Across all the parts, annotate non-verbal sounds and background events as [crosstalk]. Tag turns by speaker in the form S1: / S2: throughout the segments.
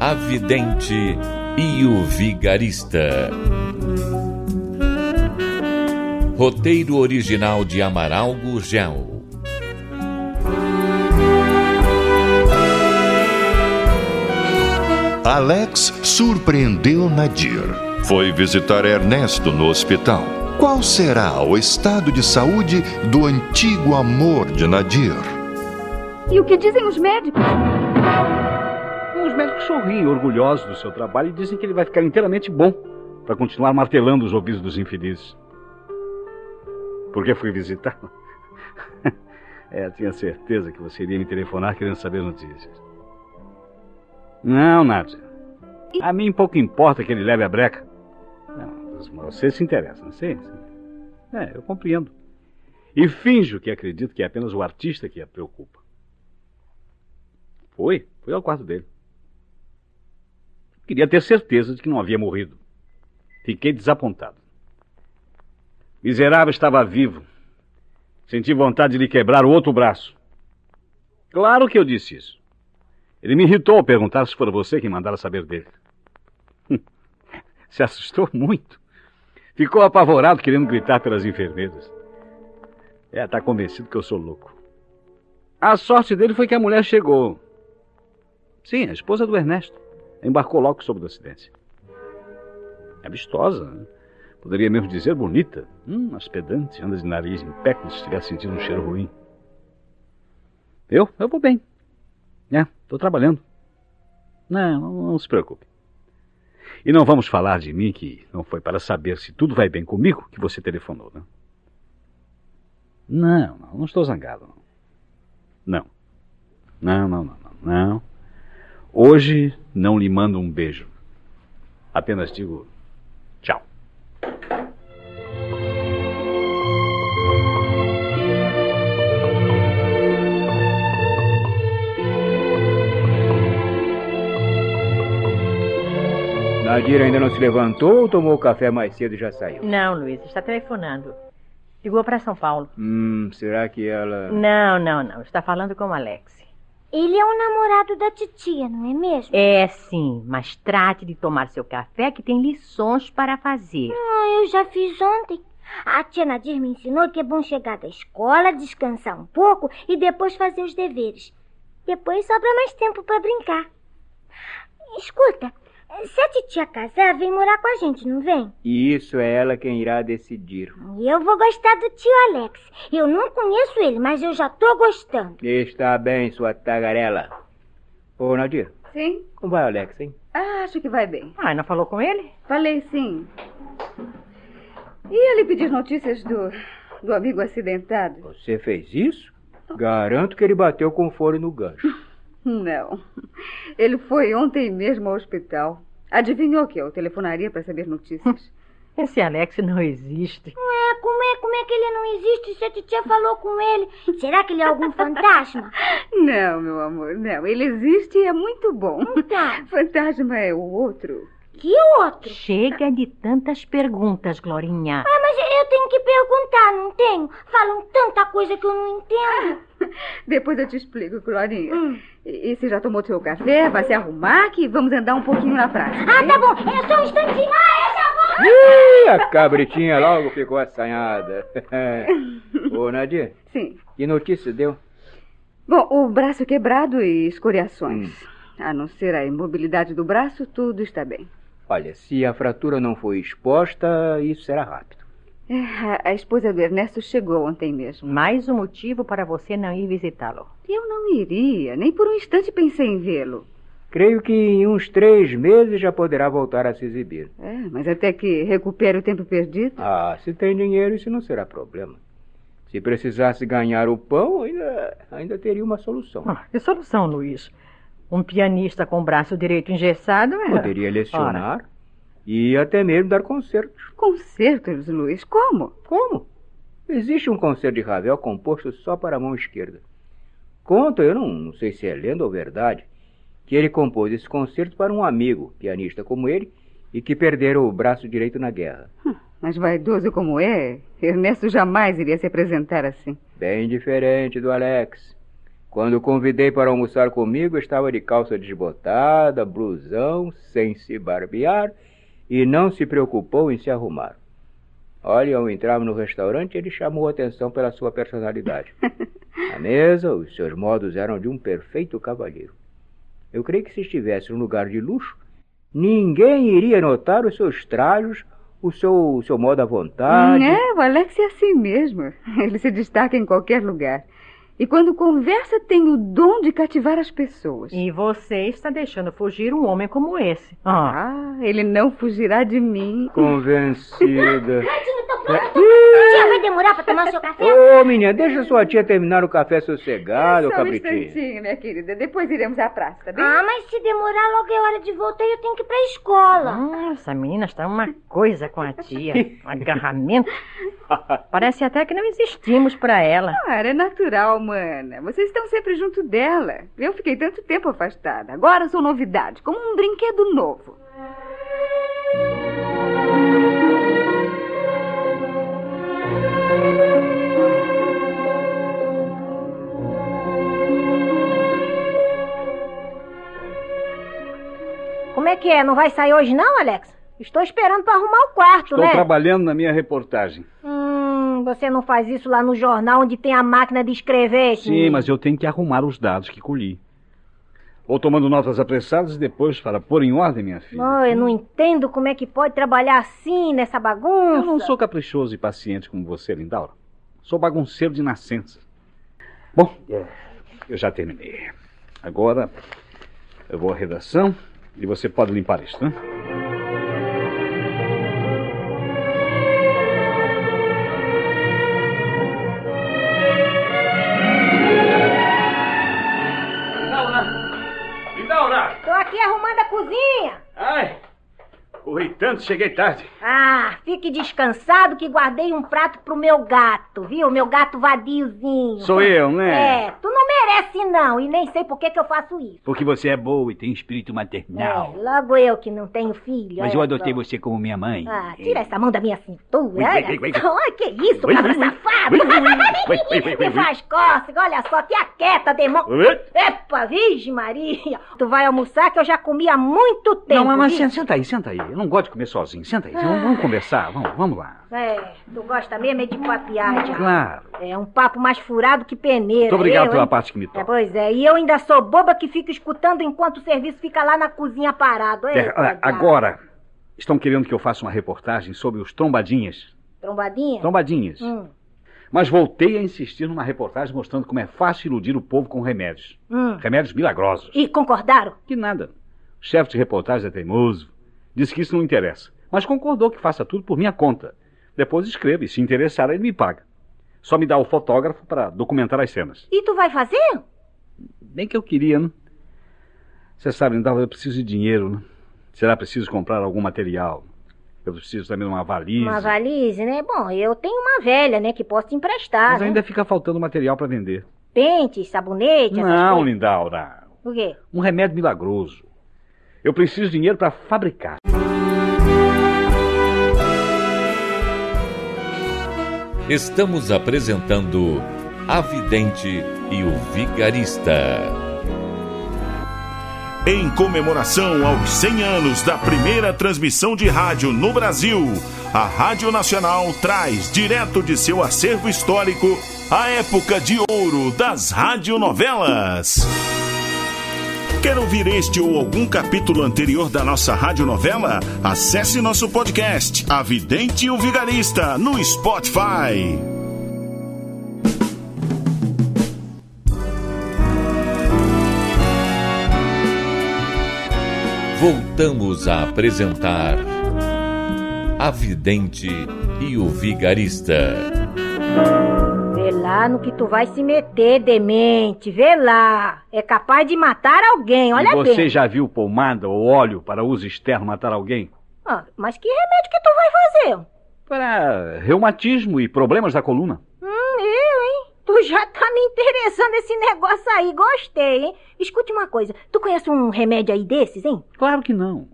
S1: A Vidente e o Vigarista. Roteiro original de Amaral Gurgel.
S2: Alex surpreendeu Nadir. Foi visitar Ernesto no hospital. Qual será o estado de saúde do antigo amor de Nadir?
S3: E o que dizem os médicos?
S4: Os médicos sorriem, orgulhosos do seu trabalho, e dizem que ele vai ficar inteiramente bom para continuar martelando os ouvidos dos infelizes. Por que fui visitá-lo? [laughs] é, tinha certeza que você iria me telefonar querendo saber notícias. Não, Nádia. A mim pouco importa que ele leve a breca. Não, mas você se interessa, não sei. sim. É, eu compreendo. E finjo que acredito que é apenas o artista que a preocupa. Foi, foi ao quarto dele. Queria ter certeza de que não havia morrido. Fiquei desapontado. Miserável estava vivo. Senti vontade de lhe quebrar o outro braço. Claro que eu disse isso. Ele me irritou ao perguntar se fora você quem mandara saber dele. Hum, Se assustou muito. Ficou apavorado querendo gritar pelas enfermeiras. É, está convencido que eu sou louco. A sorte dele foi que a mulher chegou. Sim, a esposa do Ernesto. Embarcou logo sobre o acidente. É vistosa, né? Poderia mesmo dizer bonita. Hum, mas pedante, anda de nariz em pé como se estivesse sentindo um cheiro ruim. Eu? Eu vou bem. É, estou trabalhando. Não, não, não se preocupe. E não vamos falar de mim, que não foi para saber se tudo vai bem comigo que você telefonou, né? Não, não, não estou zangado, não. Não. Não, não, não, não, não. Hoje não lhe mando um beijo. Apenas digo tchau.
S5: Nadir ainda não se levantou ou tomou o café mais cedo e já saiu?
S6: Não, Luiz, está telefonando. Ligou para São Paulo.
S5: Hum, será que
S4: É.
S5: ela.
S6: Não, não, não. Está falando com o Alex.
S7: Ele é um namorado da titia, não é mesmo?
S6: É sim, mas trate de tomar seu café que tem lições para fazer.
S7: Ah, eu já fiz ontem. A tia Nadir me ensinou que é bom chegar da escola, descansar um pouco e depois fazer os deveres. Depois sobra mais tempo pra brincar. Escuta, se a titia casar, vem morar com a gente, não vem?
S5: E isso é ela quem irá decidir.
S7: E Eu vou gostar do tio Alex. Eu não conheço ele, mas eu já tô gostando.
S5: Está bem, sua tagarela. Ô, Nadir,
S8: Sim?
S5: como vai, Alex, hein?
S8: Ah, acho que vai bem.
S6: Ah, não falou com ele?
S8: Falei sim. E ele pedir notícias do, do amigo acidentado?
S5: Você fez isso? Garanto que ele bateu com o fone no gancho.
S8: Não. Ele foi ontem mesmo ao hospital. Adivinhou que eu telefonaria para saber notícias.
S6: Esse Alex não existe.
S7: É, como é, como é que ele não existe se a titia falou com ele? Será que ele é algum [laughs] fantasma?
S8: não, meu amor, não. Ele existe e é muito bom.
S7: Tá.
S8: Fantasma é o outro.
S7: Que outro?
S6: Chega de tantas perguntas, Glorinha.
S7: Ah, mas eu tenho que perguntar, não tenho? Falam tanta coisa que eu não entendo.
S8: Depois eu te explico, Glorinha.
S3: Hum.
S8: E, e você já tomou seu café? Vai se arrumar que vamos andar um pouquinho na praça.
S7: Ah, tá bom, é só um instantinho. Ah, eu já vou.
S5: Ih, a cabritinha logo ficou assanhada. [laughs] Ô, Nadir,
S8: Sim.
S5: que notícia deu?
S8: Bom, o braço é quebrado e escoriações. A não ser a imobilidade do braço, tudo está bem.
S5: Olha, se a fratura não foi exposta, isso será rápido.
S8: É, a- A esposa do Ernesto chegou ontem mesmo.
S6: Mais um motivo para você não ir visitá-lo.
S8: Eu não iria, nem por um instante pensei em vê-lo.
S5: Creio que em uns três meses já poderá voltar a se exibir.
S8: É, mas até que recupere o tempo perdido.
S5: Ah, se tem dinheiro, isso não será problema. Se precisasse ganhar o pão, ainda, ainda teria uma solução.
S6: Ah, que solução, Luiz. Um pianista com o braço direito engessado é...
S5: Poderia lecionar e até mesmo dar concertos.
S8: Concertos, Luiz, como?
S5: Como? Existe um concerto de Ravel composto só para a mão esquerda. Conta, eu não, não sei se é lenda ou verdade, que ele compôs esse concerto para um amigo, pianista como ele, e que perdera o braço direito na guerra.
S8: Mas vaidoso como é, Ernesto jamais iria se apresentar assim.
S5: Bem diferente do Alex. Quando o convidei para almoçar comigo, estava de calça desbotada, blusão, sem se barbear e não se preocupou em se arrumar. Olha, ao entrarmos no restaurante, ele chamou a atenção pela sua personalidade. Na mesa, os seus modos eram de um perfeito cavalheiro. Eu creio que se estivesse num lugar de luxo, ninguém iria notar os seus trajos, o seu, o seu modo à vontade.
S8: É, o Alex é assim mesmo. Ele se destaca em qualquer lugar. E quando conversa, tem o dom de cativar as pessoas.
S6: E você está deixando fugir um homem como esse. Ah,
S8: Ah, ele não fugirá de mim.
S5: Convencida.
S3: [laughs]
S7: Tadinho, tô pronta.
S3: É.
S7: Tia, vai demorar pra tomar o seu café?
S5: Ô, menina, deixa sua tia terminar o café sossegado,
S8: Só um
S5: cabritinho.
S8: instantinho, minha querida. Depois iremos à praça, tá bem?
S7: Ah, mas se demorar, logo é hora de voltar e eu tenho que ir pra escola.
S6: Nossa, menina, está uma coisa com a tia. Um agarramento. Parece até que não existimos para ela.
S8: Claro, é natural, mana. Vocês estão sempre junto dela. Eu fiquei tanto tempo afastada. Agora sou novidade, como um brinquedo novo.
S3: Como é que é? Não vai sair hoje não, Alex? Estou esperando pra arrumar o quarto,
S4: Estou
S3: né?
S4: trabalhando na minha reportagem.
S3: Hum, você não faz isso lá no jornal onde tem a máquina de escrever?
S4: Sim, mas eu tenho que arrumar os dados que colhi. Vou tomando notas apressadas e depois para pôr em ordem, minha filha.
S3: Não, eu não entendo como é que pode trabalhar assim, nessa bagunça.
S4: Eu não sou caprichoso e paciente como você, Lindaura. Sou bagunceiro de nascença. Bom, eu já terminei. Agora eu vou à redação e você pode limpar isso, né? um Lindaura!
S3: Tô aqui arrumando a cozinha.
S4: um Ai! Corri tanto, cheguei tarde.
S3: Ah, fique descansado que guardei um prato pro meu gato, viu? Meu gato vadiozinho.
S4: Sou eu, né?
S3: É, tu não merece não, e nem sei por que que eu faço isso.
S4: Porque você é boa e tem espírito maternal.
S3: É, logo eu que não tenho filho.
S4: Mas
S3: olha
S4: eu adotei
S3: só.
S4: você como minha mãe.
S3: Ah, tira essa mão da minha
S4: Ui,
S3: cintura.
S4: ui,
S3: Olha
S4: ui, ui.
S3: só, olha que isso,
S4: Ui,
S3: cabra
S4: ui, ui.
S3: safado.
S4: Ui, ui, ui, ui, ui, ui,
S3: Me
S4: ui.
S3: [laughs] faz cócega, olha só, te aquieta, demônio.
S4: Ui.
S3: Epa, Virgem Maria. [laughs] Tu vai almoçar que eu já comi há muito tempo.
S4: Não, é mas, mas
S3: viu?
S4: senta, senta aí, senta aí. Eu não gosto de comer sozinho. Senta aí, vamos, vamos conversar, vamos, vamos lá.
S3: É, tu gosta mesmo é de papiagem.
S4: Claro.
S3: É um papo mais furado que peneira.
S4: Muito obrigado
S3: eu,
S4: pela
S3: hein?
S4: parte que me
S3: É,
S4: toca.
S3: pois é, e eu ainda sou boba que fica escutando enquanto o serviço fica lá na cozinha parado.
S4: É,
S3: Eita,
S4: olha,
S3: diabo.
S4: agora, estão querendo que eu faça uma reportagem sobre os trombadinhas.
S3: Trombadinha?
S4: Trombadinhas.
S3: Hum,
S4: Mas voltei a insistir numa reportagem mostrando como é fácil iludir o povo com remédios.
S3: hum.
S4: Remédios milagrosos.
S3: E concordaram?
S4: Que nada. O chefe de reportagem é teimoso. Disse que isso não interessa. Mas concordou que faça tudo por minha conta. Depois escreva e se interessar, ele me paga. Só me dá o fotógrafo para documentar as cenas.
S3: E tu vai fazer?
S4: Bem que eu queria, né? Você sabe, Lindaura, eu preciso de dinheiro, né? Será preciso comprar algum material? Eu preciso também de uma valise.
S3: Uma valise, né? Bom, eu tenho uma velha, né, que posso te emprestar.
S4: Mas
S3: né?
S4: ainda fica faltando material para vender.
S3: Pente, sabonete, essas
S4: Não,
S3: coisas.
S4: Lindaura.
S3: O quê?
S4: Um remédio milagroso. Eu preciso de dinheiro para fabricar.
S1: Estamos apresentando A Vidente e o Vigarista.
S9: Em comemoração aos 100 anos da primeira transmissão de rádio no Brasil, a Rádio Nacional traz direto de seu acervo histórico a época de ouro das radionovelas. Quer ouvir este ou algum capítulo anterior da nossa radionovela? Acesse nosso podcast, A Vidente e o Vigarista, no Spotify.
S1: Voltamos a apresentar A Vidente e o Vigarista.
S3: lá no que tu vai se meter, demente. Vê lá. É capaz de matar alguém, olha
S4: e você
S3: bem.
S4: já viu pomada ou óleo para uso externo matar alguém?
S3: Ah, mas que remédio que tu vai fazer?
S4: Para reumatismo e problemas da coluna.
S3: Hum, eu, hein? Tu já tá me interessando esse negócio aí. Gostei, hein? Escute uma coisa. Tu conhece um remédio aí desses, hein?
S4: Claro que não.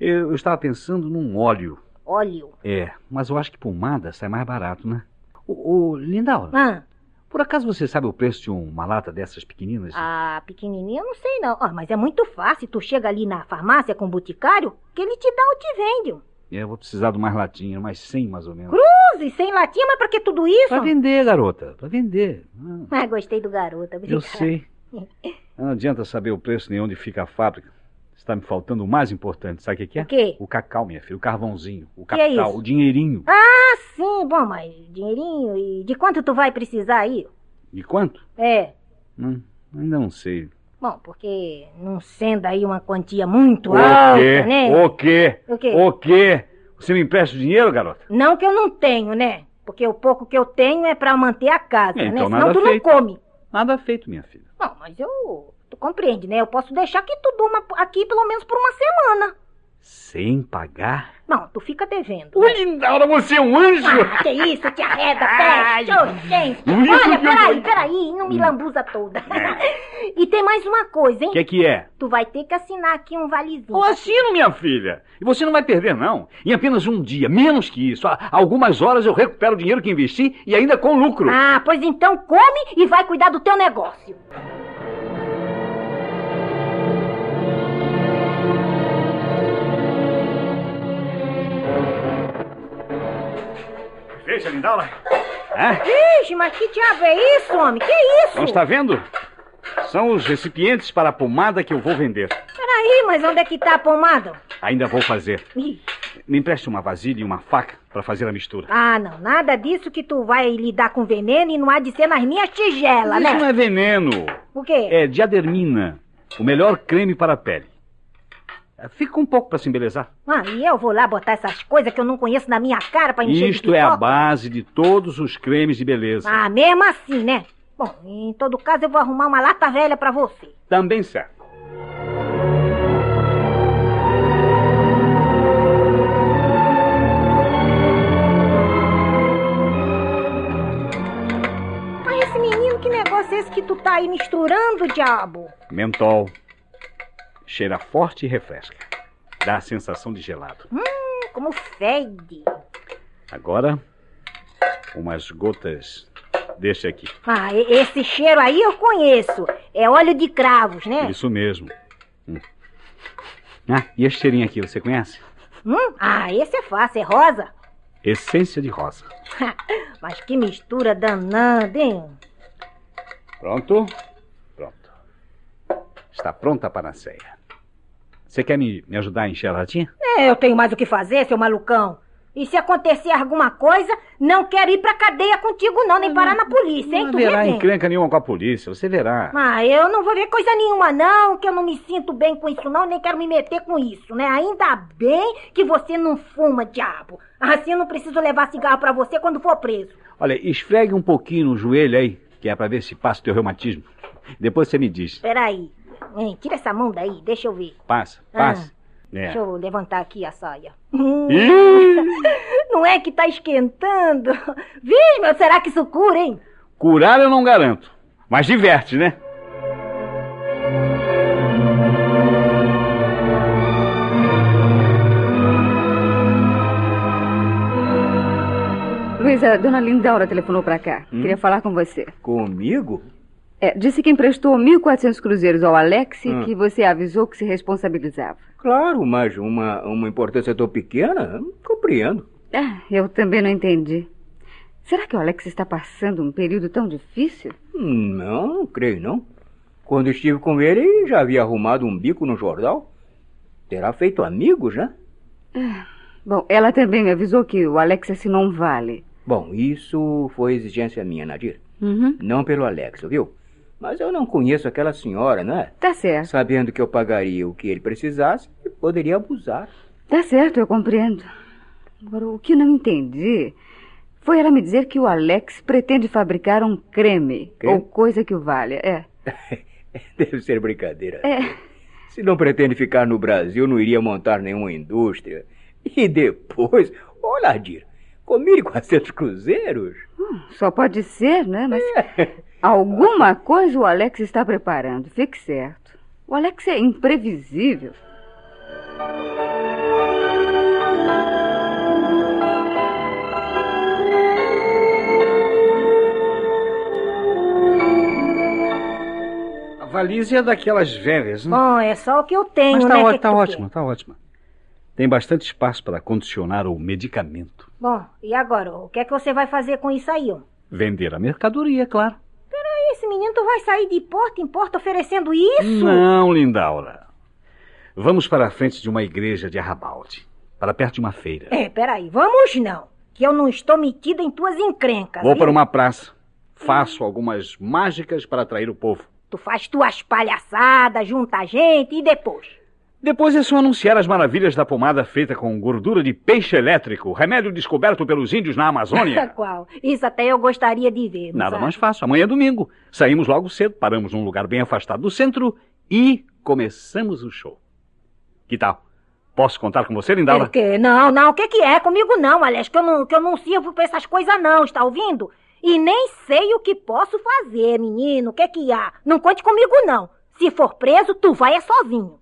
S4: Eu eu estava Tá pensando num óleo.
S3: Óleo.
S4: É, mas eu acho que pomada sai mais barato, né? Ô, ô Lindaura,
S3: Ah,
S4: por acaso você sabe o preço de uma lata dessas pequeninas?
S3: ah, pequenininha eu não sei não. Ah, mas é muito fácil. Tu chega ali na farmácia com o boticário, que ele te dá ou te vende.
S4: É, eu vou precisar de mais latinha, mais 100 mais ou menos.
S3: Use sem latinha, mas pra que tudo isso?
S4: Pra vender, garota, pra vender. Ah,
S3: Ah, gostei do garoto.
S4: eu
S3: obrigada.
S4: sei. Não adianta saber o preço nem onde fica a fábrica. Está me faltando o mais importante, sabe o que que é?
S3: O quê?
S4: O cacau, minha filha, o carvãozinho, o
S3: Que é
S4: capital,
S3: isso?
S4: o dinheirinho.
S3: Ah, sim. Bom, mas dinheirinho e de quanto tu vai precisar aí?
S4: De quanto?
S3: É.
S4: Hum, ainda não sei.
S3: Bom, porque não sendo aí uma quantia muito
S4: o
S3: alta,
S4: quê?
S3: né?
S4: O quê?
S3: O quê?
S4: O quê? Você me empresta o dinheiro, garota?
S3: Não que eu não tenho, né? Porque o pouco que eu tenho é pra manter a casa,
S4: É,
S3: né?
S4: então
S3: Senão
S4: nada
S3: tu
S4: feito.
S3: não come.
S4: Nada feito, minha filha.
S3: Não, mas eu. Tu compreende, né? Eu posso deixar que tu durma aqui pelo menos por uma semana.
S4: Sem pagar?
S3: Não, tu fica devendo. né?
S4: Ô, Lindaura, você é um anjo!
S3: Ah, que isso, te arreda,
S4: Ai.
S3: peste, ô, gente.
S4: Isso
S3: Olha,
S4: que eu
S3: peraí,
S4: tô-
S3: peraí, não me lambuza toda. [laughs] e tem mais uma coisa, hein?
S4: O Hum. É. que assim? é que é?
S3: Tu vai ter que assinar aqui um valezinho.
S4: Eu assino, minha filha. E você não vai perder, não. Em apenas um dia, menos que isso, há algumas horas eu recupero o dinheiro que investi e ainda com lucro.
S3: Ah, pois então come e vai cuidar do teu negócio.
S4: Veja, Lindaura. Hã?
S3: Ixi, mas que diabo é isso, homem? Que isso?
S4: Não está vendo? São os recipientes para a pomada que eu vou vender.
S3: Peraí, mas onde é que tá a pomada?
S4: Ainda vou fazer.
S3: Ih,
S4: Me empreste uma vasilha e uma faca para fazer a mistura.
S3: Ah, não, nada disso que tu vai lidar com veneno e não há de ser nas minhas tigelas,
S4: Isso não
S3: né?
S4: é veneno.
S3: O quê?
S4: É diadermina, o melhor creme para a pele. Fica um pouco para se embelezar.
S3: Ah, e eu vou lá botar essas coisas que eu não conheço na minha cara pra encher um de
S4: Isto é a
S3: pipoca?
S4: base de todos os cremes de beleza.
S3: Ah, mesmo assim, né? Bom, em todo caso eu vou arrumar uma lata velha pra você.
S4: Também serve.
S3: Mas esse menino, que negócio é esse que tu tá aí misturando, diabo?
S4: Mentol. Cheira forte e refresca. Dá a sensação de gelado.
S3: Hum, como fede.
S4: Agora, umas gotas desse aqui.
S3: Ah, e- esse cheiro aí eu conheço. É óleo de cravos, né?
S4: Isso mesmo. Hum. Ah, e esse cheirinho aqui, você conhece?
S3: Hum? Ah, esse é fácil, é rosa.
S4: Essência de rosa.
S3: Mas que mistura danada, hein?
S4: Pronto? Pronto. Está pronta a panaceia. Você quer me, me ajudar a encher a latinha?
S3: É, eu tenho mais o que fazer, seu malucão. E se acontecer alguma coisa, não quero ir pra cadeia contigo, não, nem parar na polícia, hein?
S4: Não
S3: tu vê
S4: haverá
S3: bem.
S4: encrenca nenhuma com a polícia, você verá.
S3: Ah, eu não vou ver coisa nenhuma, não, que eu não me sinto bem com isso, não, nem quero me meter com isso, né? Ainda bem que você não fuma, diabo. Assim eu não preciso levar cigarro pra você quando for preso.
S4: Olha, esfregue um pouquinho no joelho aí, que é pra ver se passa o teu reumatismo. Depois você me diz.
S3: Peraí. Hein, tira essa mão daí, deixa eu ver.
S4: Passa, passa.
S3: Ah. Deixa
S4: É.
S3: eu levantar aqui a saia. [laughs] Hum,
S4: Ih,
S3: não é que tá esquentando? [laughs] Viz, meu, será que isso cura, hein?
S4: curar eu não garanto, mas diverte, né?
S8: Luísa, dona Lindaura telefonou pra cá. Queria falar com você.
S5: Comigo?
S8: É, disse que emprestou 1.400 cruzeiros ao Alex e
S5: Hum.
S8: que você avisou que se responsabilizava.
S5: Claro, mas uma, uma importância tão pequena, eu compreendo.
S8: Ah, eu também não entendi. Será que o Alex está passando um período tão difícil?
S5: Hum, Não, não creio não. Quando estive com ele, já havia arrumado um bico no jornal. Terá feito amigos, né?
S8: Bom, ela também me avisou que o Alex assinou um vale.
S5: Bom, isso foi exigência minha, Nadir.
S8: Uhum.
S5: Não pelo Alex, viu? Mas eu não conheço aquela senhora, né?
S8: Tá certo.
S5: Sabendo que eu pagaria o que ele precisasse, ele poderia abusar. [laughs]
S8: Tá certo, eu compreendo. Agora, o que eu não entendi Foi ela me dizer que o Alex pretende fabricar um creme,
S5: Creme?
S8: ou coisa que o valha. É.
S5: Deve ser brincadeira.
S8: É.
S5: Se não pretende ficar no Brasil, não iria montar nenhuma indústria. E depois, olha, Adir, com 1.400 cruzeiros? É.
S8: Só pode ser, né? Mas alguma coisa o Alex está preparando, fique certo. O Alex é imprevisível.
S4: A valise é daquelas velhas, né?
S3: Bom, é só o que eu tenho,
S4: Mas tá,
S3: né?
S4: ó-
S3: que que
S4: tá
S3: tu
S4: ótima,
S3: quer?
S4: tá ótima. Tem bastante espaço para condicionar o medicamento.
S3: Bom, e agora? O que é que você vai fazer com isso aí, ó?
S4: Vender a mercadoria, é claro.
S3: Esse menino tu vai sair de porta em porta oferecendo isso?
S4: Não, Lindaura. Vamos para a frente de uma igreja de Arrabalde. Para perto de uma feira.
S3: É, peraí, vamos não. Que eu não estou metida em tuas encrencas.
S4: Vou
S3: viu?
S4: para uma praça. Faço algumas mágicas para atrair o povo.
S3: Tu faz tuas palhaçadas, junta a gente e depois.
S4: Depois é só anunciar as maravilhas da pomada feita com gordura de peixe elétrico, remédio descoberto pelos índios na
S3: [laughs]
S4: Amazônia.
S3: Qual? Isso até eu gostaria de ver. não
S4: Nada
S3: sabe?
S4: mais fácil. Amanhã é domingo. Saímos logo cedo, paramos num lugar bem afastado do centro e começamos o show. Que tal? Posso contar com você, Lindaura?
S3: Por quê? Não, não, o que, que é? Comigo não, aliás, que eu não, que eu não sirvo pra essas coisas não, está ouvindo? E nem sei o que posso fazer, menino, o que que há? Não conte comigo não. Se for preso, tu vai é sozinho.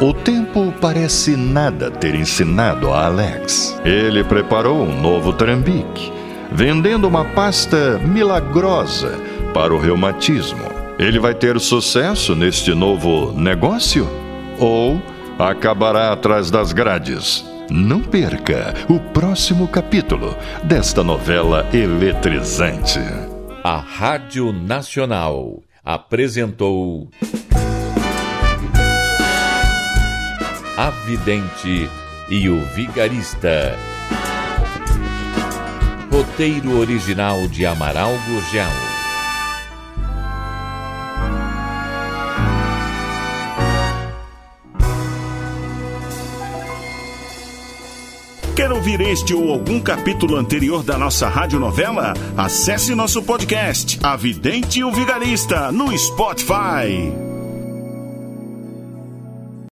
S2: O tempo parece nada ter ensinado a Alex. Ele preparou um novo trambique, vendendo uma pasta milagrosa para o reumatismo. Ele vai ter sucesso neste novo negócio? Ou acabará atrás das grades? Não perca o próximo capítulo desta novela eletrizante.
S1: A Rádio Nacional apresentou A Vidente e o Vigarista. Roteiro original de Amaral Gurgel.
S9: Quer ouvir este ou algum capítulo anterior da nossa radionovela? Acesse nosso podcast, A Vidente e o Vigarista, no Spotify.